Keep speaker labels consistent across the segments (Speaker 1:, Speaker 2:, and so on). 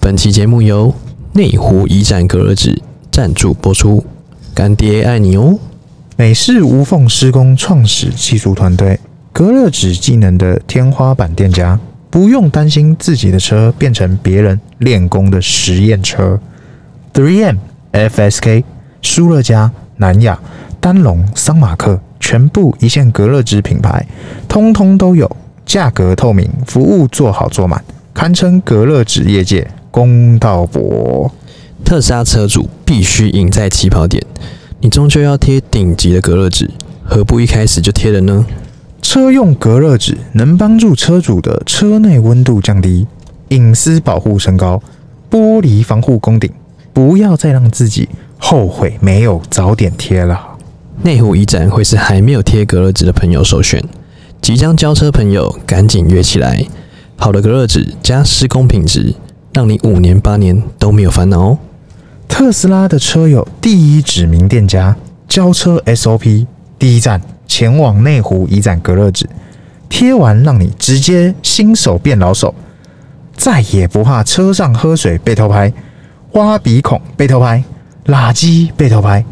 Speaker 1: 本期节目由内湖一站隔热纸赞助播出，干爹爱你哦！
Speaker 2: 美式无缝施工创始技术团队，隔热纸技能的天花板店家，不用担心自己的车变成别人练功的实验车。3M、FSK、舒乐家、南亚、丹龙、桑马克，全部一线隔热纸品牌，通通都有，价格透明，服务做好做满，堪称隔热纸业界公道伯。
Speaker 1: 特斯拉车主必须赢在起跑点，你终究要贴顶级的隔热纸，何不一开始就贴了呢？
Speaker 2: 车用隔热纸能帮助车主的车内温度降低，隐私保护升高，玻璃防护功顶，不要再让自己后悔没有早点贴了。
Speaker 1: 内湖一站会是还没有贴隔热纸的朋友首选，即将交车朋友赶紧约起来。好的隔热纸加施工品质，让你五年八年都没有烦恼哦。
Speaker 2: 特斯拉的车友第一指名店家，交车 SOP 第一站前往内湖一展隔热纸，贴完让你直接新手变老手，再也不怕车上喝水被偷拍，挖鼻孔被偷拍，垃圾被偷拍，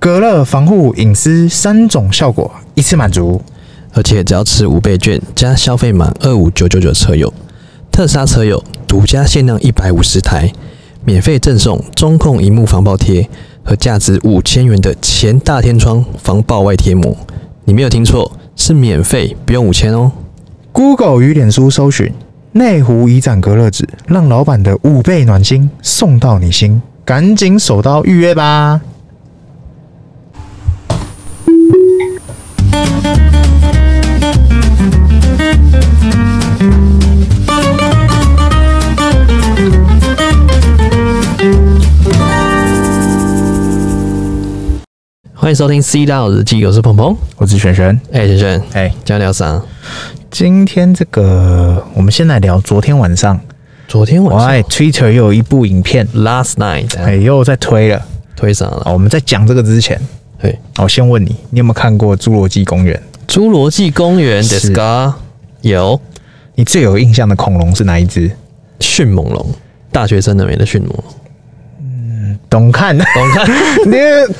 Speaker 2: 隔热防护隐私三种效果一次满足。
Speaker 1: 而且只要持五倍券加消费满二五九九九车友，特斯拉车友独家限量一百五十台，免费赠送中控荧幕防爆贴和价值五千元的前大天窗防爆外贴膜。你没有听错，是免费，不用五千哦。
Speaker 2: Google 与脸书搜寻内湖一展隔热纸，让老板的五倍暖心送到你心，赶紧手刀预约吧！
Speaker 1: 欢迎收听《C 大佬日记》，我是鹏鹏。
Speaker 2: 我是璇璇，
Speaker 1: 哎、璇璇，
Speaker 2: 哎、
Speaker 1: 今天聊啥？
Speaker 2: 今天这个我们先来聊昨天晚上，
Speaker 1: 昨天
Speaker 2: 我
Speaker 1: 晚
Speaker 2: 在 Twitter 又有一部影片，
Speaker 1: 上，last night，、
Speaker 2: 哎、又在推了。
Speaker 1: 推啥了？
Speaker 2: 哦，我们在讲这个之前，
Speaker 1: 对，
Speaker 2: 我先问你，你有没有看过《侏罗纪公园》？
Speaker 1: 侏罗纪公园 d i s
Speaker 2: 是
Speaker 1: c 有
Speaker 2: 你最有印象的恐龙是哪一只？
Speaker 1: 迅猛龙，大学生的没的迅猛龙。
Speaker 2: 懂看， 你
Speaker 1: 懂看？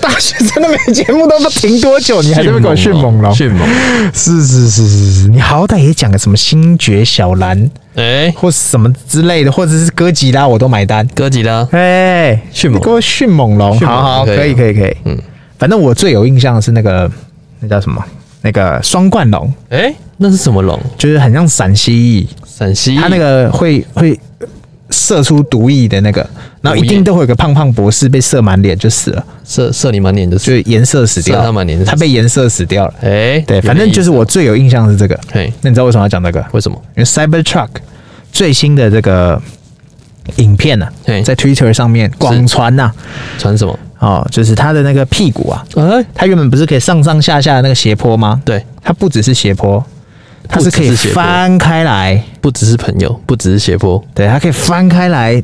Speaker 2: 大学生的每节目都不停多久，你还在那边给我迅猛龙？
Speaker 1: 迅猛。
Speaker 2: 是是是是是，你好歹也讲个什么星爵小蓝
Speaker 1: 哎、
Speaker 2: 或什么之类的，或者是哥吉拉，我都买单。
Speaker 1: 哥吉拉，
Speaker 2: 哎，
Speaker 1: 迅猛龙
Speaker 2: 你给我迅猛龙，
Speaker 1: 迅猛
Speaker 2: 好
Speaker 1: 龙
Speaker 2: 好，
Speaker 1: 可
Speaker 2: 可
Speaker 1: 以
Speaker 2: 以
Speaker 1: 啊
Speaker 2: 可以可以，
Speaker 1: 嗯
Speaker 2: 嗯，反正我最有印象的是那个那叫什么？那个双冠龙，
Speaker 1: 哎、那是什么龙？
Speaker 2: 就是很像陕西蜴，
Speaker 1: 陕西？
Speaker 2: 它那个会会射出毒液的那个，然后一
Speaker 1: 毒液
Speaker 2: 定都会有个胖胖博士被射满脸就死了，
Speaker 1: 射射你满脸的
Speaker 2: 就
Speaker 1: 水。
Speaker 2: 是颜色死掉
Speaker 1: 射
Speaker 2: 了，
Speaker 1: 他满脸就死
Speaker 2: 他被颜色死掉了。
Speaker 1: 哎、
Speaker 2: 对，
Speaker 1: 有点
Speaker 2: 反正就是
Speaker 1: 意
Speaker 2: 我最有印象的是这个。
Speaker 1: 思。嘿，
Speaker 2: 那你知道为什么要讲这个？
Speaker 1: 为什么？
Speaker 2: 因为 Cybertruck 最新的这个影片呢、
Speaker 1: 嘿
Speaker 2: 啊，在 Twitter 上面广传啊呐、
Speaker 1: 传什么？
Speaker 2: 哦，就是它的那个屁股啊，
Speaker 1: 哎、
Speaker 2: 它原本不是可以上上下下的那个斜坡吗？，
Speaker 1: 对，
Speaker 2: 它不只是斜坡，它是可
Speaker 1: 不
Speaker 2: 以
Speaker 1: 只是斜坡
Speaker 2: 翻开来，
Speaker 1: 不只是朋友，不只是斜坡。
Speaker 2: 对，它可以翻开来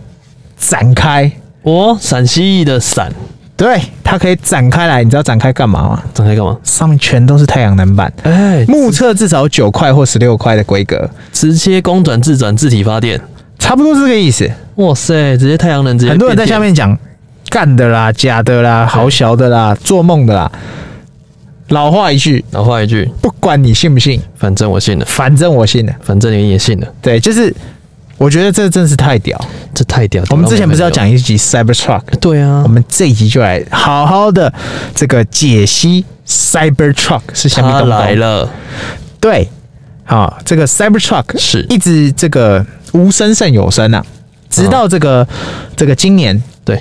Speaker 2: 展开，
Speaker 1: 哦，陕西裔的陕，
Speaker 2: 对，它可以展开来，你知道展开干嘛吗？
Speaker 1: 展开干嘛？
Speaker 2: 上面全都是太阳能板，
Speaker 1: 哎、
Speaker 2: 目测至少九块或十六块的规格，
Speaker 1: 直接公转自转自体发电。
Speaker 2: 差不多是这个意思。
Speaker 1: 哇塞，直接太阳能直接。
Speaker 2: 很多人在下。面讲干的啦、假的啦、好小的啦、做梦的啦。老话一句，
Speaker 1: 老话一句，
Speaker 2: 不管你信不信，
Speaker 1: 反正我信了，
Speaker 2: 反正我信了。
Speaker 1: 反正你也信了，
Speaker 2: 对，就是我觉得这真是太屌。
Speaker 1: 这太屌了。
Speaker 2: 我们之前不是要
Speaker 1: 浪费
Speaker 2: 讲一集 Cybertruck，
Speaker 1: 朋友？对啊，
Speaker 2: 我们这一集就来好好的这个解析 Cybertruck 是什么
Speaker 1: 他
Speaker 2: 东西。
Speaker 1: 来，了，
Speaker 2: 对，好、这个 Cybertruck
Speaker 1: 是
Speaker 2: 一直这个无声胜有声啊，直
Speaker 1: 嗯
Speaker 2: 到这个、这个今年
Speaker 1: 对，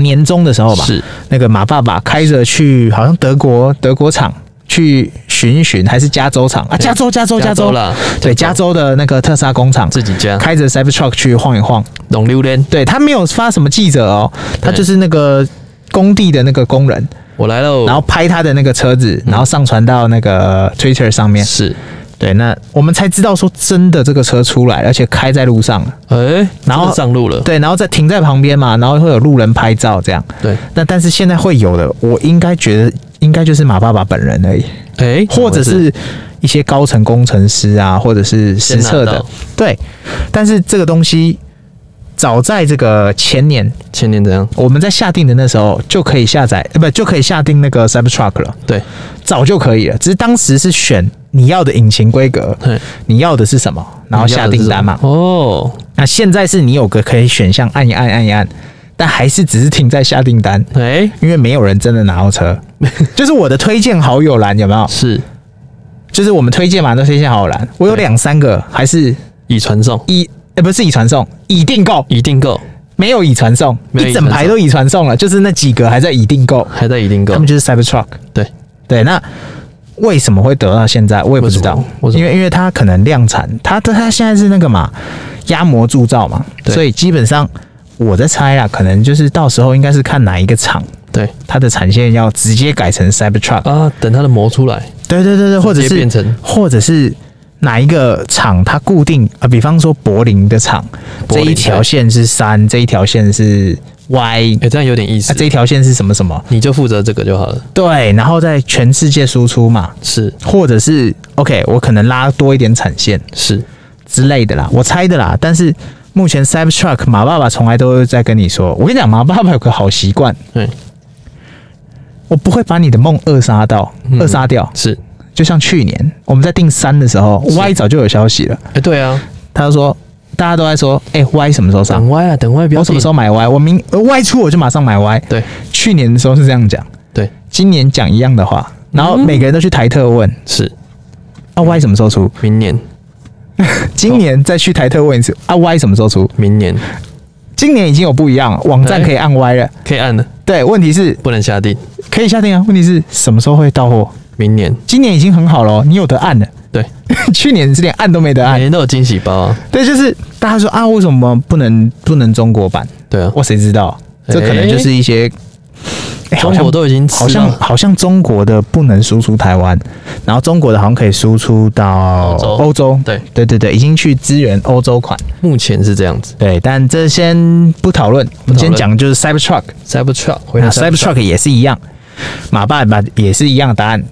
Speaker 2: 年终的时候吧，
Speaker 1: 是
Speaker 2: 那个马爸爸开着去，好像德国德国厂去巡一巡，还是加州厂啊？加州，加州，
Speaker 1: 加
Speaker 2: 加
Speaker 1: 州
Speaker 2: 州
Speaker 1: 啦
Speaker 2: 对，
Speaker 1: 加
Speaker 2: 加州的那个特斯拉工厂，
Speaker 1: 自己家
Speaker 2: 开着 Cybertruck 去晃一晃。
Speaker 1: 龙榴莲，
Speaker 2: 对他没有发什么记者哦，他就是那个工地的那个工人，
Speaker 1: 我来喽。
Speaker 2: 然后拍他的那个车子，然后上传到那个 Twitter 上面。
Speaker 1: 是，
Speaker 2: 对，那我们才知道说真的这个车出来，而且开在路上了。
Speaker 1: 哎、
Speaker 2: 然后
Speaker 1: 真的上路了。
Speaker 2: 对，然后再停在旁边嘛，然后会有路人拍照这样。
Speaker 1: 对，
Speaker 2: 那但是现在会有的，我应该觉得应该就是马爸爸本人而已，
Speaker 1: 哎、
Speaker 2: 或者是一些高层工程师啊，或者是实测
Speaker 1: 先拿
Speaker 2: 的
Speaker 1: 到，
Speaker 2: 对。但是这个东西早在这个前年，
Speaker 1: 前年怎样？
Speaker 2: 我们在下定的那时候就可以下载，呃，不就可以下定那个 Cybertruck 了，
Speaker 1: 对，
Speaker 2: 早就可以了。只是当时是选你要的引擎规格，
Speaker 1: 嘿
Speaker 2: 你要的是什么，然后下订单嘛。
Speaker 1: 哦，
Speaker 2: 那现在是你有个可以选项按一按按一按，但还是只是停在下订单，
Speaker 1: 哎、
Speaker 2: 因为没有人真的拿到 车。就是我的推荐好友栏有没有？
Speaker 1: 是
Speaker 2: 就是我们推荐嘛，都推荐好友栏，我有
Speaker 1: 对
Speaker 2: 两三个，还是
Speaker 1: 已传送，
Speaker 2: 已呃不是已传送，已订购，
Speaker 1: 已订购，
Speaker 2: 没有已传送，
Speaker 1: 没有
Speaker 2: 一
Speaker 1: 已
Speaker 2: 整
Speaker 1: 传
Speaker 2: 排都已传送了，就是那几个还在已订购，
Speaker 1: 还在已订购
Speaker 2: 他们。就是 Cybertruck。
Speaker 1: 对，
Speaker 2: 对，那为什么会得到现在？我也不知道
Speaker 1: 为什么，为什么
Speaker 2: 因为因为它可能量产，它它现在是那个嘛压模铸造嘛，
Speaker 1: 对
Speaker 2: 所以基本上我在猜啦，可能就是到时候应该是看哪一个厂。
Speaker 1: 对
Speaker 2: 它的产线要直接改成 Cybertruck，、
Speaker 1: 啊，等它的膜出来，
Speaker 2: 对对对对，或
Speaker 1: 直
Speaker 2: 者
Speaker 1: 接
Speaker 2: 是
Speaker 1: 变成
Speaker 2: 或者是哪一个厂它固定啊、呃比方说柏林的厂，
Speaker 1: 柏
Speaker 2: 这
Speaker 1: 林
Speaker 2: 一条线是三，这一条线是 Y，
Speaker 1: 哎、这样有点意思。
Speaker 2: 啊这一条线是什么什么？
Speaker 1: 你就负责这个就好了。
Speaker 2: 对，然后在全世界输出嘛，
Speaker 1: 是
Speaker 2: 或者是 OK，我可能拉多一点产线
Speaker 1: 是，
Speaker 2: 之类的啦，我猜的啦。但是目前 Cybertruck 马爸爸从来都在跟你说，我跟你讲，马爸爸有个好习惯，
Speaker 1: 对，
Speaker 2: 我不会把你的梦扼杀到，
Speaker 1: 嗯
Speaker 2: 扼杀掉。
Speaker 1: 是，
Speaker 2: 就像去年我们在定三的时候
Speaker 1: 是
Speaker 2: ，Y 早就有消息了，
Speaker 1: 哎、对啊，
Speaker 2: 他就说大家都在说，哎、y 什么时候上
Speaker 1: 等？歪啊，等歪，不要
Speaker 2: 我什么时候买 Y？我明呃 Y 出我就马上买 Y。
Speaker 1: 对
Speaker 2: 去年的时候是这样讲，
Speaker 1: 对，
Speaker 2: 今年讲一样的话，然
Speaker 1: 嗯
Speaker 2: 后每个人都去台特问，
Speaker 1: 是
Speaker 2: 啊 Y 什么时候出？
Speaker 1: 明年，
Speaker 2: 今年再去台特问一次啊，Y 什么时候出？
Speaker 1: 明年
Speaker 2: 今年已经有不一样了，网站
Speaker 1: 哎
Speaker 2: 可以按 Y 了。
Speaker 1: 可以按了，
Speaker 2: 对，问题是
Speaker 1: 不能下定，
Speaker 2: 可以下定啊，问题是什么时候会到货？
Speaker 1: 明年
Speaker 2: 今年已经很好了哦，你有得按了。
Speaker 1: 对，
Speaker 2: 去年是连按都没得
Speaker 1: 每
Speaker 2: 按。
Speaker 1: 年都有惊喜包啊，
Speaker 2: 对，就是大家说啊，为什么不能不能中国版？
Speaker 1: 对啊，
Speaker 2: 我谁知道？这可能就是一些、哎好
Speaker 1: 中
Speaker 2: 像
Speaker 1: 国都已经
Speaker 2: 好
Speaker 1: 吃
Speaker 2: 像
Speaker 1: 到
Speaker 2: 好像中国的不能输出台湾，然后中国的好像可以输出到
Speaker 1: 欧洲
Speaker 2: 欧洲。
Speaker 1: 对
Speaker 2: 对对对，已经去支援欧洲款。
Speaker 1: 目前是这样子。
Speaker 2: 对，但这先不讨论，我们先讲就是 Cybertruck，
Speaker 1: Cybertruck 回
Speaker 2: 那
Speaker 1: 答
Speaker 2: 啊 Cybertruck 也是一样，马爸爸也是一样的答案，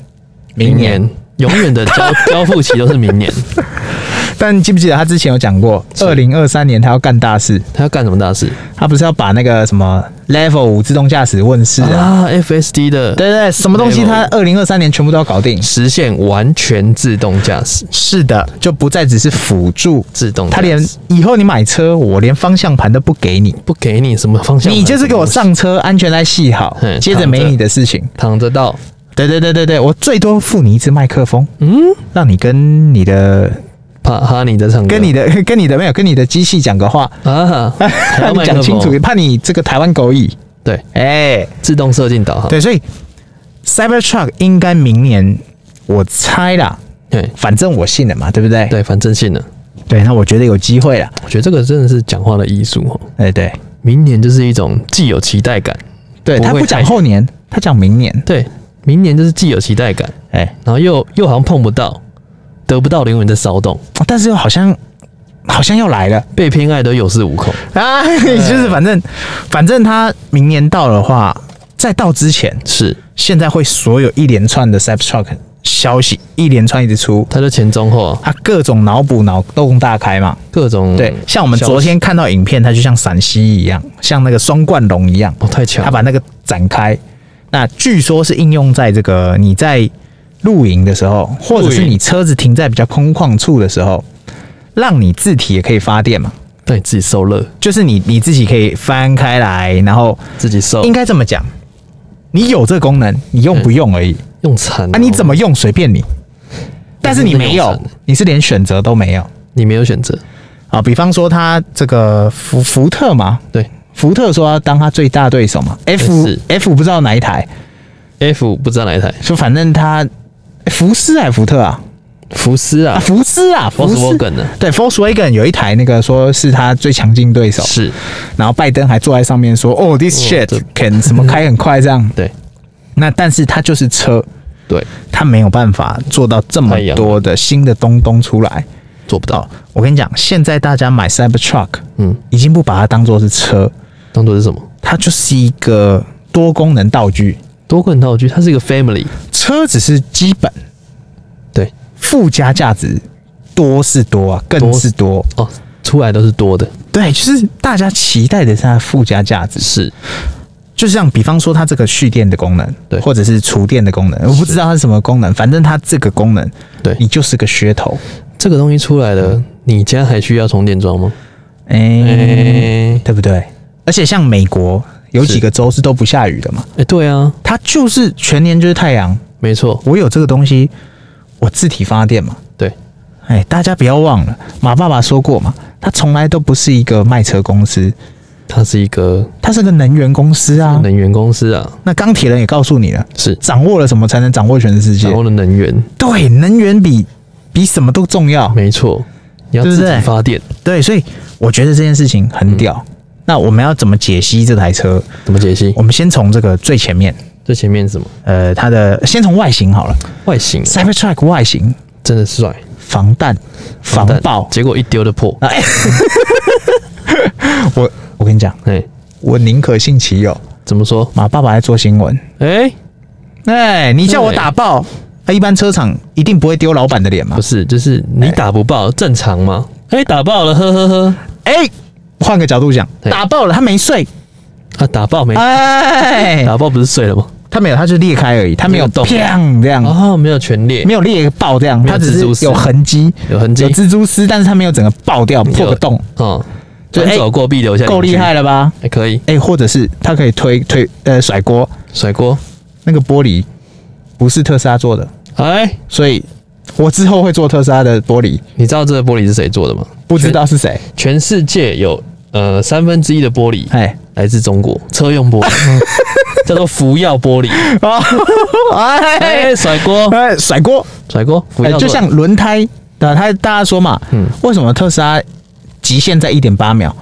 Speaker 2: 明
Speaker 1: 明
Speaker 2: 年。
Speaker 1: 年永远的 交交付期都是明年。
Speaker 2: 但你记不记得他之前有讲过，二零二三年他要干大事，
Speaker 1: 他要干什么大事
Speaker 2: 他不是要把那个什么 Level 五自动驾驶问世啊？
Speaker 1: 啊？FSD 的
Speaker 2: 对对对，什么东西
Speaker 1: Level
Speaker 2: 他二零二三年全部都要搞定。
Speaker 1: 实现完全自动驾驶，
Speaker 2: 是的，就不再只是辅助，
Speaker 1: 自动驾
Speaker 2: 他
Speaker 1: 驶
Speaker 2: 连以后你买车，我连方向盘都不给你，
Speaker 1: 不给你什么方向盘，
Speaker 2: 你就是给我
Speaker 1: 什么
Speaker 2: 上车，安全带系好
Speaker 1: 嗯，
Speaker 2: 接着没你的事情。
Speaker 1: 东西躺着到，
Speaker 2: 对对对对对，我最多付你一支麦克风，
Speaker 1: 嗯，
Speaker 2: 让你跟你的
Speaker 1: 怕哈你在唱歌，
Speaker 2: 跟你的 跟你的没有跟你的机器讲个话，
Speaker 1: 啊， 还要
Speaker 2: 让你
Speaker 1: 麦克
Speaker 2: 讲清楚
Speaker 1: 风，
Speaker 2: 怕你这个台湾狗蚁。
Speaker 1: 对，
Speaker 2: 哎、
Speaker 1: 自动射进导航，
Speaker 2: 对，所以 Cybertruck 应该明年，我猜啦，
Speaker 1: 对
Speaker 2: 反正我信了嘛，对不对？
Speaker 1: 对，反正信了。
Speaker 2: 对，那我觉得有机会了。
Speaker 1: 我觉得这个真的是讲话的艺术哦。
Speaker 2: 哎，对
Speaker 1: 明年就是一种既有期待感，
Speaker 2: 对，
Speaker 1: 不会
Speaker 2: 他不讲后年，他讲明年。
Speaker 1: 对，明年就是既有期待感，
Speaker 2: 哎，
Speaker 1: 然后又又好像碰不到，得不到的永远在骚动，
Speaker 2: 哦但是又好像好像要来了
Speaker 1: 被偏爱的有恃无恐。
Speaker 2: 啊， 就是反正反正他明年到的话，在到之前，
Speaker 1: 是，
Speaker 2: 现在会所有一连串的 Cybertruck 消息一连串一直出。
Speaker 1: 他就前中后
Speaker 2: 啊，各种脑补脑洞大开嘛，
Speaker 1: 各种
Speaker 2: 对，像我们
Speaker 1: 消
Speaker 2: 昨
Speaker 1: 息
Speaker 2: 天看到影片，它就像陕西一样，像那个双冠龙一样，
Speaker 1: 哦太强
Speaker 2: 他
Speaker 1: 了，
Speaker 2: 把那个展开。那据说是应用在这个你在露营的时候，或者是
Speaker 1: 露营
Speaker 2: 你车子停在比较空旷处的时候，让你自体也可以发电嘛。
Speaker 1: 让你自己受热，
Speaker 2: 就是你你自己可以翻开来，然后
Speaker 1: 自己受
Speaker 2: 应该这么讲，你有这个功能，你用不用而已。
Speaker 1: 用惨哦
Speaker 2: 啊，你怎么用随便你，但是你没
Speaker 1: 真的
Speaker 2: 有
Speaker 1: 用惨，
Speaker 2: 你是连选择都没有
Speaker 1: 你没有选择？
Speaker 2: 啊。比方说，它这个福福特嘛，
Speaker 1: 对
Speaker 2: 福特说要当他最大对手嘛，F
Speaker 1: 是
Speaker 2: F 不知道哪一台，
Speaker 1: ，F 不知道哪一台，
Speaker 2: 说反正他福斯还是福特啊，
Speaker 1: 福斯
Speaker 2: 啊
Speaker 1: 啊
Speaker 2: 福斯啊，福斯
Speaker 1: ，Volkswagen 呢？
Speaker 2: 对 f o l k s w a g e n 有一台那个说是他最强劲对手，
Speaker 1: 是，
Speaker 2: 然后拜登还坐在上面说哦，this
Speaker 1: 哦
Speaker 2: shit
Speaker 1: 这，
Speaker 2: can 什么开很快这样
Speaker 1: 对
Speaker 2: 那但是它就是车，
Speaker 1: 对，
Speaker 2: 它没有办法做到这么
Speaker 1: 太阳
Speaker 2: 多的新的东东出来。
Speaker 1: 做不到，
Speaker 2: 我跟你讲，现在大家买 Cybertruck
Speaker 1: 嗯，
Speaker 2: 已经不把它当做是车，
Speaker 1: 当做是什么？
Speaker 2: 它就是一个多功能道具，
Speaker 1: 多个人道具，它是一个 family，
Speaker 2: 车只是基本，
Speaker 1: 对，
Speaker 2: 附加价值多是多啊，更是多。
Speaker 1: 哦，出来都是多的，
Speaker 2: 对，就是大家期待的是它的附加价值，
Speaker 1: 是
Speaker 2: 就像比方说它这个蓄电的功能，
Speaker 1: 对
Speaker 2: 或者是厨电的功能，我不知道它是什么功能，反正它这个功能，
Speaker 1: 对
Speaker 2: 你就是个噱头。
Speaker 1: 这个东西出来了，你家还需要充电桩吗？
Speaker 2: 哎、
Speaker 1: 哎、
Speaker 2: 对不对？而且像美国有几个州是都不下雨的嘛，
Speaker 1: 哎对啊，
Speaker 2: 它就是全年就是太阳。
Speaker 1: 没错，
Speaker 2: 我有这个东西，我自体发电嘛。
Speaker 1: 对，
Speaker 2: 哎，大家不要忘了，马爸爸说过嘛，他从来都不是一个卖车公司，
Speaker 1: 它是一个
Speaker 2: 他是个能源公司啊。
Speaker 1: 能源公司啊，
Speaker 2: 那钢铁人也告诉你了，
Speaker 1: 是
Speaker 2: 掌握了什么才能掌握全世界
Speaker 1: 掌？握了能源，
Speaker 2: 对，能源比比什么都重要。
Speaker 1: 没错，你要
Speaker 2: 对
Speaker 1: 自
Speaker 2: 不
Speaker 1: 己
Speaker 2: 对
Speaker 1: 发电，
Speaker 2: 对，所以我觉得这件事情很屌。那我们要怎么解析这台车？
Speaker 1: 怎么解析
Speaker 2: 我？们先从这个最前面，
Speaker 1: 最前面是什么
Speaker 2: 呃，它的先从外形好了
Speaker 1: 外形啊
Speaker 2: ，Cybertruck 外形
Speaker 1: 真的帅，
Speaker 2: 防弹、防
Speaker 1: 但
Speaker 2: 爆。
Speaker 1: 结果一丢就破，
Speaker 2: 哎，我我跟你讲，
Speaker 1: 哎、
Speaker 2: 我宁可信其有。
Speaker 1: 怎么说？
Speaker 2: 马爸爸在做新闻，
Speaker 1: 哎、
Speaker 2: 哎、你叫我打爆，他一般车厂一定不会丢老板的脸嘛
Speaker 1: 不。是，就是你打不爆，正常嘛？哎、打爆了，呵呵呵，
Speaker 2: 哎、换个角度讲，
Speaker 1: 对
Speaker 2: 打爆了他没碎，
Speaker 1: 啊，打爆没？
Speaker 2: 哎、
Speaker 1: 打爆不是碎了吗？
Speaker 2: 他没有，他是裂开而已，他没有
Speaker 1: 没有动
Speaker 2: 砰这样，
Speaker 1: 哦，没有全裂，
Speaker 2: 嗯没有裂爆这样，
Speaker 1: 没有
Speaker 2: 他只
Speaker 1: 蜘蛛
Speaker 2: 是
Speaker 1: 丝
Speaker 2: 有痕迹，
Speaker 1: 有痕迹
Speaker 2: 有蜘蛛丝，但是他没有整个爆掉，破个洞，
Speaker 1: 哦，
Speaker 2: 就
Speaker 1: 转
Speaker 2: 哎
Speaker 1: 手过壁留下，
Speaker 2: 够厉害，了吧？
Speaker 1: 还可以
Speaker 2: 哎、或者是他可以推推呃甩锅，
Speaker 1: 甩锅，
Speaker 2: 那个玻璃不是特斯拉做的，
Speaker 1: 哎，
Speaker 2: 所以我之后会做特斯拉的玻璃，
Speaker 1: 你知道这个玻璃是谁做的吗？
Speaker 2: 不知道是谁。
Speaker 1: 全世界有呃三分之一的玻璃
Speaker 2: 哎，
Speaker 1: 来自中国，车用玻 璃叫做福耀玻璃，
Speaker 2: 哦， 哎
Speaker 1: 哎，甩锅，
Speaker 2: 哎，甩锅，
Speaker 1: 甩锅，福
Speaker 2: 哎
Speaker 1: 耀，
Speaker 2: 就像轮胎的，他大家说嘛，
Speaker 1: 嗯
Speaker 2: 为什么特斯拉极限在一点八秒？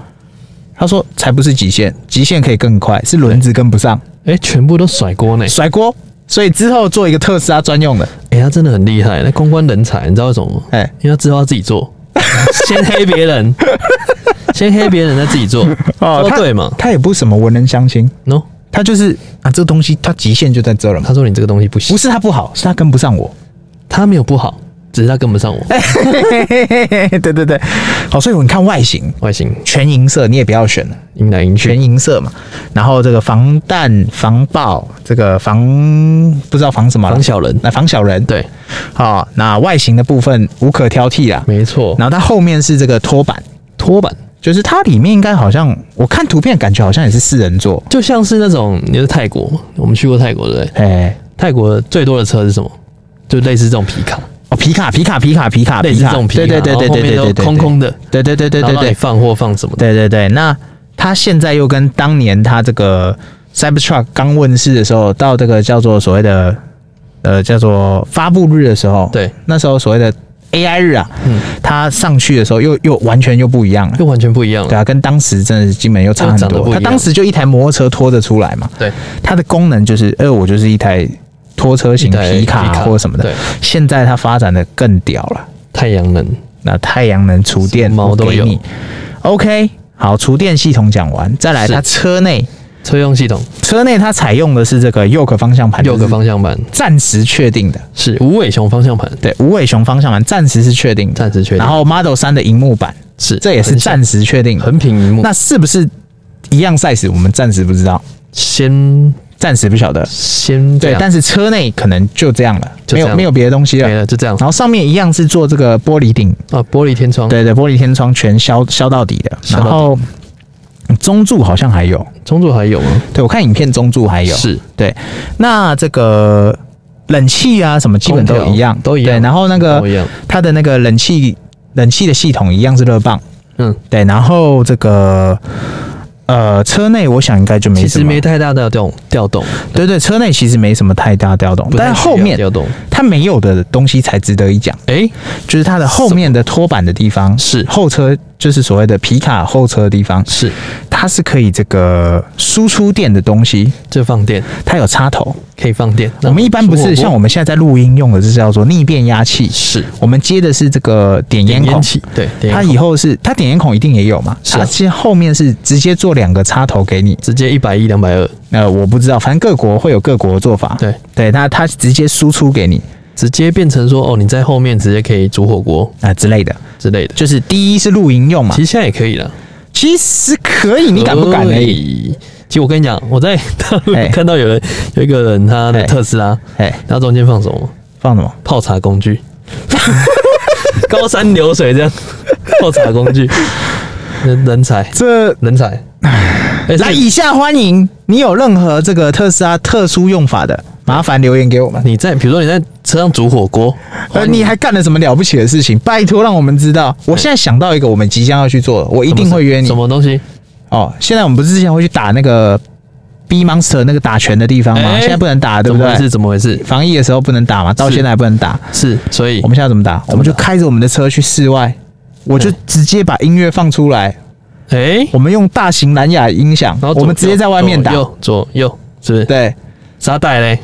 Speaker 2: 他说才不是极限，极限可以更快，是轮子跟不上，
Speaker 1: 哎，全部都甩锅呢，
Speaker 2: 甩锅。所以之后做一个特斯拉专用的，
Speaker 1: 哎，他真的很厉害，那公关人才，你知道为什么吗？
Speaker 2: 哎，
Speaker 1: 因为他知道他自己 做，先黑别人，先黑别人再自己做，
Speaker 2: 哦
Speaker 1: 说
Speaker 2: 他
Speaker 1: 对嘛
Speaker 2: 他也不是什么文人相亲，
Speaker 1: ？No，
Speaker 2: 他就是啊，这个东西它极限就在这了嘛。
Speaker 1: 他说你这个东西不行
Speaker 2: 不，是他不好，是他跟不上我。
Speaker 1: 他没有不好，只是他跟不上我，
Speaker 2: 哎对对对，好，所以你看外形，
Speaker 1: 外形
Speaker 2: 全银色你也不要选了，
Speaker 1: 赢来赢去
Speaker 2: 全，银色嘛。然后这个防弹、防爆，这个防不知道防什哎么了
Speaker 1: 防小人，
Speaker 2: 那防小人。，
Speaker 1: 对，
Speaker 2: 好、那外形的部分无可挑剔啦。
Speaker 1: 没错，
Speaker 2: 然后它后面是这个拖板，
Speaker 1: 拖板
Speaker 2: 就是它里面应该好像我看图片感觉好像也是四人座。
Speaker 1: 就像是那种你是泰国嘛，我们去过泰国对不对？
Speaker 2: 哎、
Speaker 1: 泰国最多的车是什么？就类似这种皮卡，
Speaker 2: 哦，皮卡皮卡皮卡皮卡
Speaker 1: 类
Speaker 2: 皮
Speaker 1: 似这
Speaker 2: 卡，
Speaker 1: 种皮卡，
Speaker 2: 啊对对对对
Speaker 1: 然后后
Speaker 2: 对
Speaker 1: 面
Speaker 2: 对
Speaker 1: 都
Speaker 2: 对对，
Speaker 1: 空空的，
Speaker 2: 对对对对
Speaker 1: 然
Speaker 2: 对
Speaker 1: 后让
Speaker 2: 对
Speaker 1: 你，放货放什么的，
Speaker 2: 对对对，那它现在又跟当年它这个 Cybertruck 刚问世的时候，到这个叫做所谓的呃叫做发布日的时候，，
Speaker 1: 对，
Speaker 2: 那时候所谓的 AI 日啊，
Speaker 1: 嗯，
Speaker 2: 它上去的时候又又完全又不一样了。
Speaker 1: 又完全不一样
Speaker 2: 对
Speaker 1: 了，
Speaker 2: 啊，跟当时真的是基本又差很
Speaker 1: 嗯真的长得不
Speaker 2: 多。
Speaker 1: 一
Speaker 2: 它
Speaker 1: 样
Speaker 2: 当时就一台摩托车拖着出来嘛，
Speaker 1: 对，
Speaker 2: 它的功能就是，呃，我就是一台拖车型
Speaker 1: 一台
Speaker 2: 皮卡
Speaker 1: 皮卡
Speaker 2: 或什么的
Speaker 1: 对。
Speaker 2: 现在它发展的更屌了，
Speaker 1: 太阳能，
Speaker 2: 那太阳能厨电
Speaker 1: 什么
Speaker 2: 我
Speaker 1: 都
Speaker 2: 给
Speaker 1: 有
Speaker 2: 你。OK，好，厨电系统讲完，再来
Speaker 1: 是
Speaker 2: 它车内，
Speaker 1: 车用系统，
Speaker 2: 车内它采用的是这个 Yoke 方向盘，
Speaker 1: 六个
Speaker 2: 啊就是
Speaker 1: 方向盘，
Speaker 2: 暂时确定的，
Speaker 1: 是无尾熊方向盘，
Speaker 2: 对，无尾熊方向盘暂时是确定的，
Speaker 1: 暂时确定。
Speaker 2: 然后 Model 三的荧幕版，
Speaker 1: 是
Speaker 2: 这也是
Speaker 1: 横向
Speaker 2: 暂时确定的，
Speaker 1: 横屏荧幕，
Speaker 2: 那是不是一样 size？我们暂时不知道，
Speaker 1: 先
Speaker 2: 暂时不晓得。
Speaker 1: 先这
Speaker 2: 对，
Speaker 1: 样
Speaker 2: 但是车内可能就这样了，
Speaker 1: 啊就这样
Speaker 2: 没有
Speaker 1: 了啊
Speaker 2: 没有别的东西了
Speaker 1: 没。了，就这样
Speaker 2: 然后上面一样是做这个玻璃顶，
Speaker 1: 啊，玻璃天窗，
Speaker 2: 对对，玻璃天窗全削削到底的。
Speaker 1: 削到
Speaker 2: 然
Speaker 1: 底
Speaker 2: 后中柱好像还有，
Speaker 1: 中柱还有吗？
Speaker 2: 对我看影片中柱还有，
Speaker 1: 是
Speaker 2: 对。那这个冷气啊什么基本都
Speaker 1: 空调
Speaker 2: 一样，
Speaker 1: 都一样
Speaker 2: 对，然后那
Speaker 1: 都
Speaker 2: 个
Speaker 1: 一样，
Speaker 2: 它的那个冷气冷气的系统一样是热泵，
Speaker 1: 嗯，
Speaker 2: 对。然后这个呃车内我想应该就没
Speaker 1: 其实
Speaker 2: 什么
Speaker 1: 没，太大的调动调动，
Speaker 2: 对对，车内其实没什么太大调动，
Speaker 1: 不太
Speaker 2: 但
Speaker 1: 需要
Speaker 2: 后面
Speaker 1: 调动，
Speaker 2: 它没有的东西才值得一讲。
Speaker 1: 哎，
Speaker 2: 就是它的后面的托板的地方
Speaker 1: 是
Speaker 2: 后车，就是所谓的皮卡后车的地方，
Speaker 1: 是
Speaker 2: 它是可以这个输出电的东西，
Speaker 1: 这放电
Speaker 2: 它有插头。
Speaker 1: 可以放电，
Speaker 2: 我们一般不是像我
Speaker 1: 们
Speaker 2: 们现在在录音用的，是叫做逆变压器，
Speaker 1: 是
Speaker 2: 我们接的是这个点烟
Speaker 1: 点
Speaker 2: 孔
Speaker 1: 烟。器，对，点
Speaker 2: 它
Speaker 1: 烟
Speaker 2: 以后是它点烟孔一定也有嘛？
Speaker 1: 是啊
Speaker 2: 它其实后面是直接做两个插头给你。
Speaker 1: 直接一百一两百二，
Speaker 2: 呃，我不知道，反正各国会有各国的做法。
Speaker 1: 对，
Speaker 2: 对，它它直接输出给你
Speaker 1: 直接变成说哦，你在后面直接可以煮火锅
Speaker 2: 啊、之类的。
Speaker 1: 之类的，
Speaker 2: 就是第一是露营用嘛，
Speaker 1: 其实现在也可以了，
Speaker 2: 其其实可以，你敢不敢而已。
Speaker 1: 已。其实我跟你讲，我在 大陆
Speaker 2: 哎
Speaker 1: 看到有人有一个人他的
Speaker 2: 哎
Speaker 1: 特斯拉，
Speaker 2: 哎，
Speaker 1: 他中间放什么
Speaker 2: 放什么？
Speaker 1: 泡茶工具， 高山流水这样泡茶工具，人人才
Speaker 2: 这
Speaker 1: 人才。哎
Speaker 2: 来，
Speaker 1: 这个
Speaker 2: 以下欢迎你有任何这个特斯拉特殊用法的，麻烦留言给我们。
Speaker 1: 你在比如说你在车上煮火锅，
Speaker 2: 呃，你还干了什么了不起的事情？拜托让我们知道。我现在想到一个我们即将要去做的，我一
Speaker 1: 一
Speaker 2: 定会约你
Speaker 1: 什。么东西？
Speaker 2: 哦，现在我们不是之前会去打那个 B Monster 那个打拳的地方吗？
Speaker 1: 哎
Speaker 2: 现在不能打，对
Speaker 1: 怎
Speaker 2: 不
Speaker 1: 么回
Speaker 2: 对
Speaker 1: 事？？怎么回事？
Speaker 2: 防疫的时候不能打嘛，到
Speaker 1: 是
Speaker 2: 现在还不能打。
Speaker 1: 是，所以
Speaker 2: 我们现在怎么打？我们就开着我们的车去室外，我就
Speaker 1: 对
Speaker 2: 直接把音乐放出来，
Speaker 1: 哎，
Speaker 2: 我们用大型蓝牙音响，
Speaker 1: 然后左
Speaker 2: 我们直接在外面打
Speaker 1: 右。左右左右，是不是？
Speaker 2: 对，
Speaker 1: 啥带嘞？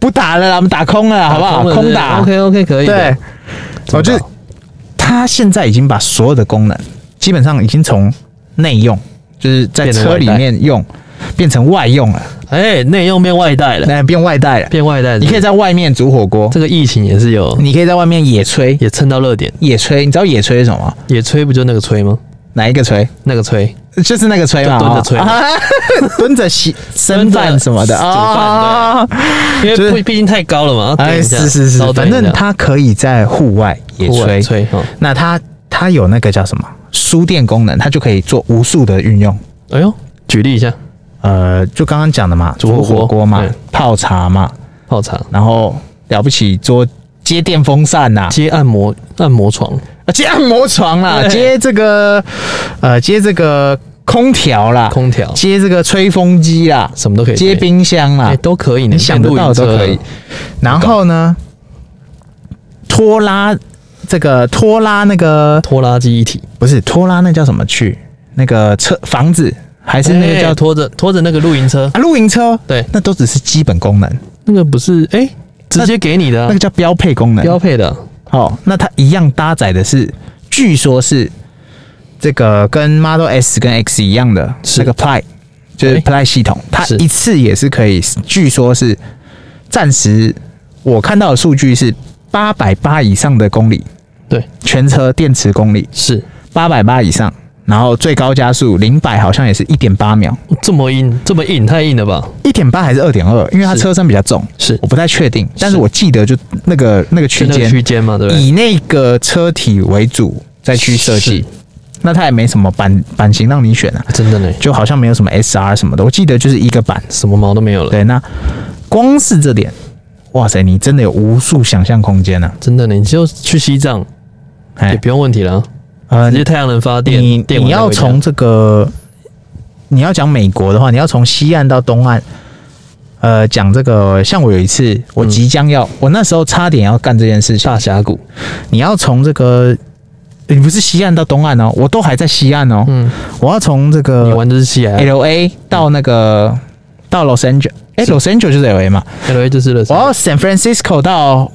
Speaker 2: 不打了啦，我们打空了啦，好不好？
Speaker 1: 啊
Speaker 2: 空打。
Speaker 1: OK OK 可以的。
Speaker 2: 对，
Speaker 1: 怎么
Speaker 2: 我就
Speaker 1: 打
Speaker 2: 它现在已经把所有的功能基本上已经从内用，就是在
Speaker 1: 变成
Speaker 2: 车
Speaker 1: 外
Speaker 2: 里
Speaker 1: 带
Speaker 2: 面用，变成外用了，
Speaker 1: 哎，内用变外带了，
Speaker 2: 那变外带了。
Speaker 1: 变外带。
Speaker 2: 你可以在外面煮火锅，
Speaker 1: 这个疫情也是有，
Speaker 2: 你可以在外面野炊，
Speaker 1: 也蹭到热点，
Speaker 2: 野炊，你知道野炊是什么吗？
Speaker 1: 也吹不就那个吹吗？
Speaker 2: 哪一个炊？
Speaker 1: 那个吹，
Speaker 2: 就是那个炊嘛，
Speaker 1: 就蹲着炊
Speaker 2: 啊， 蹲 着洗生饭什么的
Speaker 1: 蹲着
Speaker 2: 啊。
Speaker 1: 因为
Speaker 2: 就是
Speaker 1: 不毕竟太高了嘛。
Speaker 2: 哎，是是是，反正
Speaker 1: 他
Speaker 2: 它可以在户外野炊。
Speaker 1: 吹，哦
Speaker 2: 那它它有那个叫什么输电功能，它就可以做无数的运用。
Speaker 1: 哎呦，举例一下，
Speaker 2: 呃，就刚刚讲的嘛，
Speaker 1: 煮火
Speaker 2: 煮
Speaker 1: 锅
Speaker 2: 火锅嘛
Speaker 1: 对，
Speaker 2: 泡茶嘛，
Speaker 1: 泡茶、
Speaker 2: 然后了不起做接电风扇呐、
Speaker 1: 接按摩、按摩床，
Speaker 2: 啊，接按摩床啦，
Speaker 1: 对
Speaker 2: 接这个呃，接这个空调啦，
Speaker 1: 空调
Speaker 2: 接这个吹风机啦，
Speaker 1: 什么都可以
Speaker 2: 接冰箱啦
Speaker 1: 哎，，都可以呢，
Speaker 2: 你想得到的都
Speaker 1: 变
Speaker 2: 可以
Speaker 1: 露营车。
Speaker 2: 然后呢，拖拉这个拖拉那个
Speaker 1: 拖拉机一体，
Speaker 2: 不是拖拉那叫什么去？那个车房子还是那个叫
Speaker 1: 哎拖着拖着那个露营车，
Speaker 2: 啊露营车？
Speaker 1: 对，
Speaker 2: 那都只是基本功能，
Speaker 1: 那个不是哎，直接给你的
Speaker 2: 那
Speaker 1: 啊
Speaker 2: 个叫标配功能。
Speaker 1: 标配的啊，
Speaker 2: 哦，那它一样搭载的是，据说是这个跟 Model S 跟 X 一样的
Speaker 1: 是哎
Speaker 2: 那个 Play，就是 Play 系统，它
Speaker 1: 是
Speaker 2: 一次也是可以，据说是暂时我看到的数据是八百八以上的公里，
Speaker 1: 对，
Speaker 2: 全车电池公里
Speaker 1: 是
Speaker 2: 八百八以上，然后最高加速零百好像也是一点八秒，
Speaker 1: 哦这么硬，这么硬，太硬了吧？
Speaker 2: 一点八还是二点二，因为它
Speaker 1: 是
Speaker 2: 车身比较重，
Speaker 1: 是
Speaker 2: 我不太确定，但是
Speaker 1: 是
Speaker 2: 我记得就那个那个区
Speaker 1: 就那个
Speaker 2: 间
Speaker 1: 区间嘛，对不对？
Speaker 2: 以那个车体为主再去设计
Speaker 1: 是，
Speaker 2: 那它也没什么版版型让你选啊，
Speaker 1: 真的呢，
Speaker 2: 就好像没有什么 SR 什么的，我记得就是一个版。
Speaker 1: 什么毛都没有了，
Speaker 2: 对，那光是这点，哇塞，你真的有无数想象空间呢、啊。
Speaker 1: 真的呢，你就去西藏也
Speaker 2: 哎，
Speaker 1: 不用问题了啊，
Speaker 2: 呃，
Speaker 1: 直接
Speaker 2: 你
Speaker 1: 太阳能发电，
Speaker 2: 你
Speaker 1: 电
Speaker 2: 你
Speaker 1: 完再
Speaker 2: 要
Speaker 1: 回家
Speaker 2: 从这个，你要讲美国的话，你要从西岸到东岸。呃，讲这个，像我有一次，我即将要，我那时候差点要干这件事情。
Speaker 1: 嗯大峡谷，
Speaker 2: 你要从这个，你不是西岸到东岸哦，我都还在西岸哦。
Speaker 1: 嗯，
Speaker 2: 我要从这
Speaker 1: 你
Speaker 2: 个
Speaker 1: 玩的是西海岸
Speaker 2: L A 到那个到 Los Angeles，哎、
Speaker 1: 是
Speaker 2: l o s Angeles 就是 L A 嘛。
Speaker 1: ，L A 就是了，
Speaker 2: 我要 San Francisco 到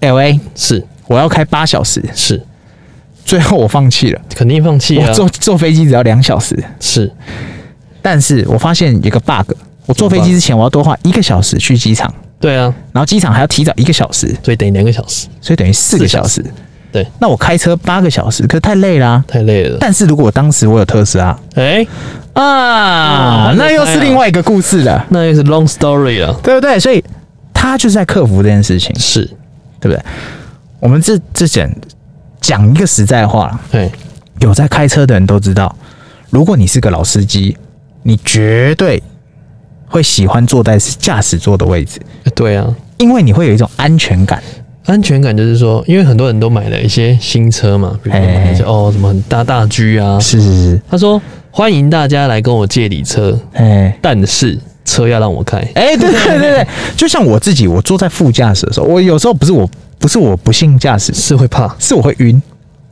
Speaker 2: L A，
Speaker 1: 是
Speaker 2: 我要开八小时，
Speaker 1: 是，
Speaker 2: 最后我放弃了。
Speaker 1: 肯定放弃啊
Speaker 2: 我，坐坐飞机只要两小时，
Speaker 1: 是
Speaker 2: 但是我发现有个 bug，我坐飞机之前我要多花一个小时去机场，
Speaker 1: 对啊，
Speaker 2: 然后机场还要提早一个小时，
Speaker 1: 所以等于两个小时，
Speaker 2: 所以等于四个小时。
Speaker 1: 对，
Speaker 2: 那我开车八个小时，可是太累啦、
Speaker 1: 太累了，
Speaker 2: 但是如果我当时我有特斯拉
Speaker 1: 哎，
Speaker 2: 啊，
Speaker 1: 嗯
Speaker 2: 那又是另外一个故事了。
Speaker 1: 那又是 long story 了，
Speaker 2: 对不对？所以他就是在克服这件事情，
Speaker 1: 是，
Speaker 2: 对不对？我们这这讲讲一个实在话啦，
Speaker 1: 哎，
Speaker 2: 有在开车的人都知道，如果你是个老司机，你绝对会喜欢坐在驾驶座的位置，
Speaker 1: 对啊，
Speaker 2: 因为你会有一种安全感。
Speaker 1: 安全感就是说，因为很多人都买了一些新车嘛，比如说买一些
Speaker 2: 哎
Speaker 1: 哦什么很大大 G 啊，
Speaker 2: 是是是，
Speaker 1: 他说欢迎大家来跟我借礼车，
Speaker 2: 哎。
Speaker 1: 但是车要让我开。
Speaker 2: 哎，对对对对，就像我自己，我坐在副驾驶的时候，我有时候不是我不是我不信驾驶，
Speaker 1: 是会怕，
Speaker 2: 是我会晕，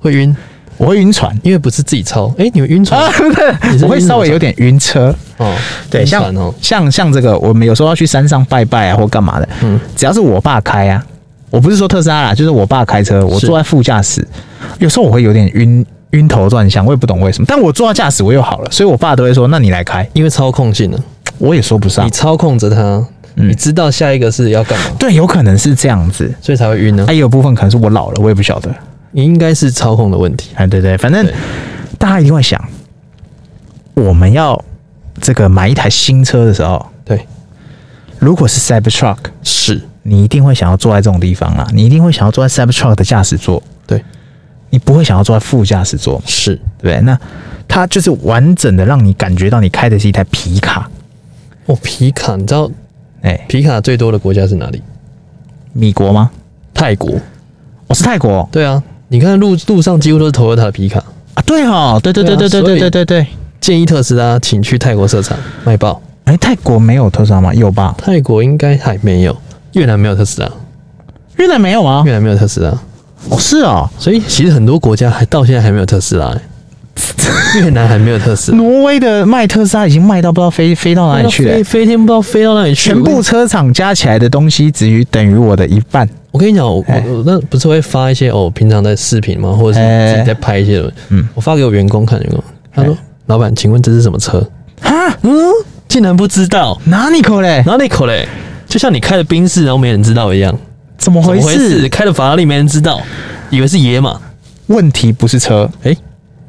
Speaker 1: 会晕，
Speaker 2: 我会晕船，
Speaker 1: 因为不是自己超。哎、你们晕船、你是
Speaker 2: 我会
Speaker 1: 晕
Speaker 2: 稍微
Speaker 1: 船
Speaker 2: 有点晕车。
Speaker 1: 哦，
Speaker 2: 对，
Speaker 1: 晕
Speaker 2: 像
Speaker 1: 船哦，
Speaker 2: 像像这个，我们有时候要去山上拜拜啊，或干嘛的，
Speaker 1: 嗯，
Speaker 2: 只要是我爸开啊，我不是说特斯拉啦，就是我爸开车，我
Speaker 1: 是
Speaker 2: 坐在副驾驶，有时候我会有点晕晕头转向，我也不懂为什么，但我坐在驾驶我又好了，所以我爸都会说，那你来开，
Speaker 1: 因为操控性了，
Speaker 2: 我也说不上
Speaker 1: 你，操控着它，
Speaker 2: 嗯
Speaker 1: 你知道下一个是要干嘛，
Speaker 2: 对，有可能是这样子，
Speaker 1: 所以才会晕啊呢、
Speaker 2: 还、有部分可能是我老了，我也不晓得，
Speaker 1: 你应该是操控的问题，
Speaker 2: 哎，对对，反正
Speaker 1: 对
Speaker 2: 大家一定会想，我们要这个买一台新车的时候，
Speaker 1: 对，
Speaker 2: 如果是 Cybertruck，
Speaker 1: 是，
Speaker 2: 你一定会想要坐在这种地方啦，啊你一定会想要坐在 Cybertruck 的驾驶座，
Speaker 1: 对，
Speaker 2: 你不会想要坐在副驾驶座嘛，
Speaker 1: 是，
Speaker 2: 对不对？那它就是完整的让你感觉到你开的是一台皮卡，
Speaker 1: 哦，皮卡，你知道
Speaker 2: 哎、
Speaker 1: 皮卡最多的国家是哪里？
Speaker 2: 米国吗？
Speaker 1: 泰国。
Speaker 2: 我、哦是泰国
Speaker 1: 对啊，你看路路上几乎都是 Toyota 的皮卡。
Speaker 2: 啊，对哦，对对对
Speaker 1: 对
Speaker 2: 对
Speaker 1: 啊
Speaker 2: 对
Speaker 1: 所
Speaker 2: 对
Speaker 1: 以
Speaker 2: 对对对，
Speaker 1: 建议特斯拉请去泰国设厂卖爆，
Speaker 2: 哎、泰国没有特斯拉吗？有吧？
Speaker 1: 泰国应该还没有，越南没有特斯拉，
Speaker 2: 越南没有啊吗？
Speaker 1: 越南没有特斯拉，
Speaker 2: 哦，是哦，
Speaker 1: 所以其实很多国家还到现在还没有特斯拉、欸越南还没有特斯拉，
Speaker 2: 挪威的卖特斯拉已经卖到不知道飞飞到哪里去了、
Speaker 1: 飞飞天不知道飞到哪里去，
Speaker 2: 全部车厂加起来的东西只于等于我的一半。
Speaker 1: 我跟你讲，我
Speaker 2: 哎
Speaker 1: 我我那不是会发一些哦，平常在视频嘛，或者是自己在拍一些，
Speaker 2: 嗯
Speaker 1: 哎嗯，我发给我员工看，员工他说
Speaker 2: 哎：“
Speaker 1: 老板，请问这是什么车
Speaker 2: 哈？”，
Speaker 1: 嗯，竟然不知道，
Speaker 2: 哪里口嘞？
Speaker 1: 然后那口嘞，就像你开的宾士，然后没人知道一样，
Speaker 2: 怎么
Speaker 1: 怎
Speaker 2: 回
Speaker 1: 么回事？
Speaker 2: 事？
Speaker 1: 开的法拉利没人知道，以为是野马，
Speaker 2: 问题不是车，
Speaker 1: 哎、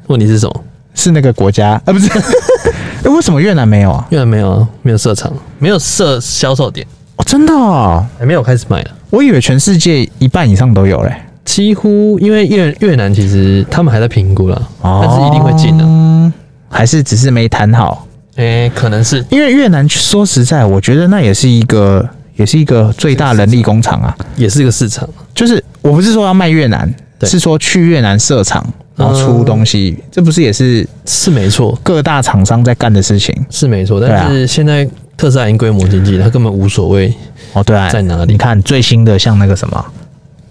Speaker 1: 问题是什么？
Speaker 2: 是那个国家啊，不 是？哎、为什么越南没有啊？
Speaker 1: 越南没有啊，没有设厂，没有设销售点，
Speaker 2: 哦，真的哦，
Speaker 1: 还没有开始卖了。
Speaker 2: 我以为全世界一半以上都有嘞。
Speaker 1: 几乎因为越越南其实他们还在评估啦，
Speaker 2: 哦
Speaker 1: 但是一定会进的。
Speaker 2: 的，还是只是没谈好？
Speaker 1: 哎、可能是
Speaker 2: 因为越南说实在，我觉得那也是一个，也是一个最大人力工厂啊。
Speaker 1: 也是个市场，啊
Speaker 2: 就是我不是说要卖越南，
Speaker 1: 对
Speaker 2: 是说去越南设厂，然后出东西，这不是也是
Speaker 1: 是没错。
Speaker 2: 各大厂商在干的事情？
Speaker 1: 是没错，
Speaker 2: 对啊
Speaker 1: 但是现在特斯拉已经规模经济了，它根本无所谓。
Speaker 2: 哦，对啊，
Speaker 1: 在哪里
Speaker 2: 你看最新的像那个什么，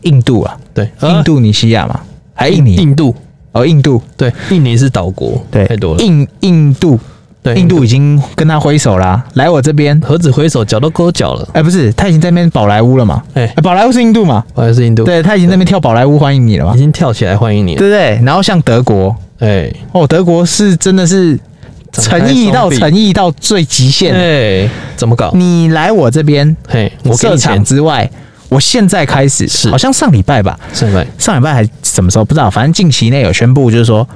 Speaker 2: 印度啊，
Speaker 1: 对，
Speaker 2: 印度尼西亚嘛，还印尼，
Speaker 1: 印度，
Speaker 2: 哦，印度，
Speaker 1: 对，印尼是岛国，
Speaker 2: 对，
Speaker 1: 太多了。
Speaker 2: 印印度，
Speaker 1: 对，
Speaker 2: 印度已经跟他挥手啦、来我这边，
Speaker 1: 何止挥手，脚都勾脚了。
Speaker 2: 哎、不是，他已经在那边宝莱坞了嘛？
Speaker 1: 哎
Speaker 2: 哎宝莱坞是印度嘛？
Speaker 1: 不好意思，印度，，
Speaker 2: 对，他已经在那边跳宝莱坞欢迎你了嘛
Speaker 1: 已？经跳起来欢迎你了。
Speaker 2: 对不对？然后像德国，
Speaker 1: 哎，
Speaker 2: 哦，德国是真的是
Speaker 1: 展
Speaker 2: 诚
Speaker 1: 开
Speaker 2: 意到
Speaker 1: 双臂
Speaker 2: 诚意到最极限，
Speaker 1: 哎，怎么搞？
Speaker 2: 你来我这边，
Speaker 1: 嘿，我给
Speaker 2: 设
Speaker 1: 你
Speaker 2: 厂
Speaker 1: 钱，
Speaker 2: 之外，我现在开始，
Speaker 1: 是
Speaker 2: 好像上礼拜吧，
Speaker 1: 是吧？
Speaker 2: 上礼拜还什么时候不知道，反正近期内有宣布，就是说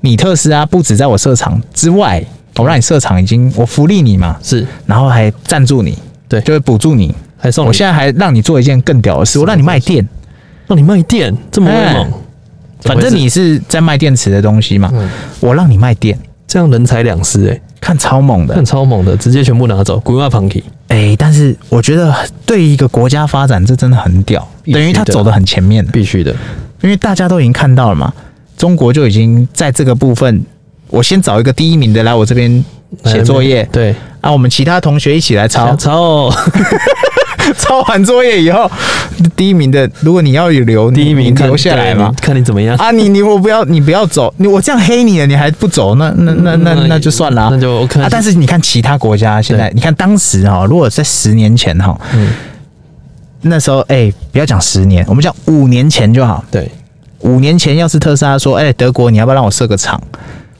Speaker 2: 你特斯拉不止在我设厂之外，我让你设厂已经我福利你嘛，
Speaker 1: 是，
Speaker 2: 然后还赞助你，
Speaker 1: 对
Speaker 2: 就会补助你。
Speaker 1: 还送
Speaker 2: 我
Speaker 1: 你，
Speaker 2: 现在还让你做一件更屌的事，我让你卖电，
Speaker 1: 哦让你卖电，这么威猛，怎么
Speaker 2: 哎反
Speaker 1: 回事
Speaker 2: 正你是在卖电池的东西嘛，
Speaker 1: 嗯
Speaker 2: 我让你卖电，
Speaker 1: 这样人财两失，哎，
Speaker 2: 看超猛的
Speaker 1: 看。超猛的，直接全部拿走，鬼话旁听。
Speaker 2: 哎、但是我觉得对于一个国家发展，这真的很屌，
Speaker 1: 必须
Speaker 2: 等于他
Speaker 1: 的
Speaker 2: 走得很前面了。啊
Speaker 1: 必须的，
Speaker 2: 因为大家都已经看到了嘛，中国就已经在这个部分，我先找一个第一名的来我这边写作业
Speaker 1: 对，
Speaker 2: 啊，我们其他同学一起来抄，
Speaker 1: 超
Speaker 2: 抄完作业以后，第一名的，如果你要有留，
Speaker 1: 第一
Speaker 2: 你
Speaker 1: 名
Speaker 2: 你
Speaker 1: 看
Speaker 2: 留下来嘛
Speaker 1: 对。看你怎么样。
Speaker 2: 啊，你你我不要，你不要走，你我这样黑你了，你还不走，那那那那
Speaker 1: 嗯那
Speaker 2: 那就算了啊，
Speaker 1: 那就 OK
Speaker 2: 啊。但是你看其他国家现在，
Speaker 1: 对
Speaker 2: 你看当时哈、如果在十年前哈、
Speaker 1: 嗯，
Speaker 2: 那时候哎、不要讲十年，我们讲五年前就好，
Speaker 1: 对，
Speaker 2: 五年前要是特斯拉说，哎、德国你要不要让我设个厂？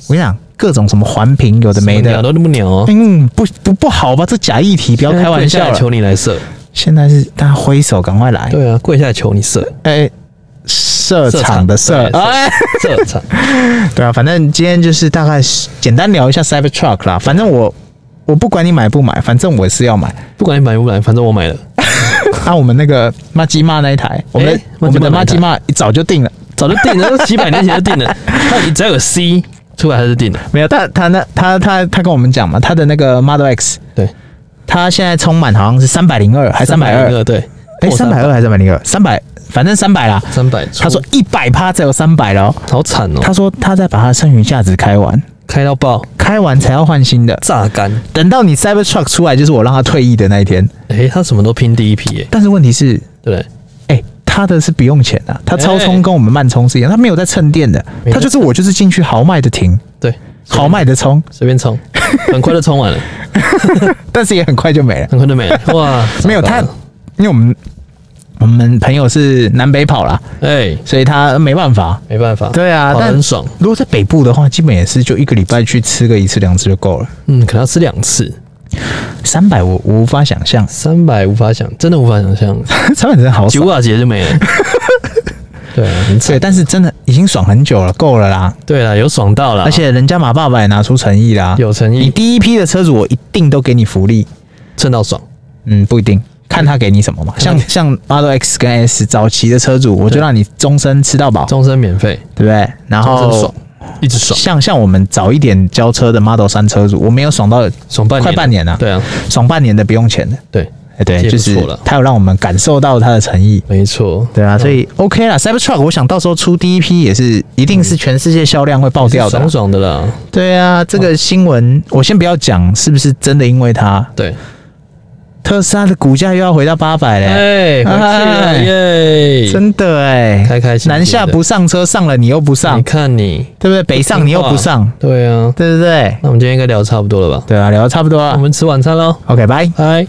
Speaker 2: 我跟你讲，各种什么环评有的没
Speaker 1: 鸟
Speaker 2: 的，
Speaker 1: 都那么鸟哦，
Speaker 2: 嗯，不不不好吧？这假议题，不要开玩
Speaker 1: 跪
Speaker 2: 笑
Speaker 1: 下来
Speaker 2: 了。
Speaker 1: 求你来射，
Speaker 2: 现在是大家挥手，赶快来，
Speaker 1: 对啊，跪下来求你射，
Speaker 2: 哎、设
Speaker 1: 设
Speaker 2: 厂的设，
Speaker 1: 对
Speaker 2: 哎，
Speaker 1: 射射场，
Speaker 2: 对啊，反正今天就是大概是简单聊一下 Cybertruck 啦。反正我我不管你买不买，反正我是要买。
Speaker 1: 不管你买不买，反正我买了，
Speaker 2: 啊，我们那个马吉玛那一台，我们的、
Speaker 1: 哎
Speaker 2: 我们的马
Speaker 1: 马
Speaker 2: 吉
Speaker 1: 吉
Speaker 2: 玛早就定了，
Speaker 1: 早就定了，都几百年前就定了，到底只要有 C 出来它就定了，
Speaker 2: 没有他他那他他他跟我们讲嘛，他的那个 Model X
Speaker 1: 对，
Speaker 2: 它现在充满好像是三百零二还三百二，
Speaker 1: 个对，
Speaker 2: 哎，三百二还是三百零二？三百，反正三百啦。
Speaker 1: 三百，
Speaker 2: 他说一百趴才有三百了哦，
Speaker 1: 好惨哦，
Speaker 2: 他说他在把它剩余价值开完，
Speaker 1: 开到爆，
Speaker 2: 开完才要换新的。
Speaker 1: 榨干，
Speaker 2: 等到你 Cybertruck 出来，就是我让他退役的那一天。
Speaker 1: 诶，他什么都拼第一批，哎，
Speaker 2: 但是问题是，
Speaker 1: 对不对？
Speaker 2: 哎，他的是不用钱的、他超充跟我们慢充是一样，他没有在蹭电的，
Speaker 1: 没
Speaker 2: 他
Speaker 1: 在
Speaker 2: 就是我就是进去豪迈的停，
Speaker 1: 对，
Speaker 2: 豪迈的充，
Speaker 1: 随便 冲，很快就冲完了，
Speaker 2: 但是也很快就 没了。
Speaker 1: 很快就没了， 哇，
Speaker 2: 没有他
Speaker 1: 糟糕，
Speaker 2: 因为我们我们朋友是南北跑啦，
Speaker 1: 哎，
Speaker 2: 所以他没办法，
Speaker 1: 没办法，
Speaker 2: 对啊，
Speaker 1: 跑得
Speaker 2: 但
Speaker 1: 很爽，
Speaker 2: 如果在北部的话，基本也是就一个礼拜去吃个一次两次就够了。
Speaker 1: 嗯，可能要吃两次。
Speaker 2: 三百我我无法想 象，
Speaker 1: 三百无法想，真的无法想象，
Speaker 2: 三百真的好
Speaker 1: 九啊
Speaker 2: 少。
Speaker 1: 瓦节就没了。对啊，很
Speaker 2: 对，
Speaker 1: 惨。
Speaker 2: 但是真的已经爽很久了，够了啦。
Speaker 1: 对啦，有爽到啦，
Speaker 2: 而且人家马爸爸也拿出诚意啦，
Speaker 1: 有诚
Speaker 2: 你
Speaker 1: 意，
Speaker 2: 第一批的车主，我一定都给你福利。
Speaker 1: 蹭到爽。
Speaker 2: 嗯，不一定，看他给你什么
Speaker 1: 嗯
Speaker 2: 嘛。像像 Model X 跟 S 早期的车主，我就让你终身吃到饱，对
Speaker 1: 终身免费，
Speaker 2: 不对？然
Speaker 1: 终身
Speaker 2: 后
Speaker 1: 爽，一直爽，
Speaker 2: 像像我们早一点交车的 Model 三车主，我没有爽到
Speaker 1: 爽半年，
Speaker 2: 快半年了
Speaker 1: 对啊，
Speaker 2: 爽半年的不用钱的，
Speaker 1: 对，
Speaker 2: 哎
Speaker 1: 这
Speaker 2: 对，
Speaker 1: 也
Speaker 2: 就
Speaker 1: 不
Speaker 2: 是
Speaker 1: 错了嗯
Speaker 2: 他有让我们感受到他的诚意。
Speaker 1: 没错，
Speaker 2: 对啊，所以 OK 啦，Cybertruck，我想到时候出第一批也是，一定是全世界销量会爆掉的
Speaker 1: 嗯
Speaker 2: 啦啊
Speaker 1: 爽。嗯爽的啦，
Speaker 2: 对啊，这个新闻我先不要讲是不是真的，因为它
Speaker 1: 对，
Speaker 2: 特斯拉的股价又要回到八百嘞，
Speaker 1: 哎，回去
Speaker 2: 哎
Speaker 1: 了耶，
Speaker 2: 真的哎、
Speaker 1: 开开心心的
Speaker 2: 南下不上车，上了你又不上
Speaker 1: 你，看你，
Speaker 2: 对不对？北上你又不上，
Speaker 1: 对啊，
Speaker 2: 对不对？
Speaker 1: 那我们今天应该聊得差不多了吧？
Speaker 2: 对啊，聊得差不多
Speaker 1: 我
Speaker 2: 了
Speaker 1: 们吃晚餐喽，
Speaker 2: ，OK，拜。
Speaker 1: 拜。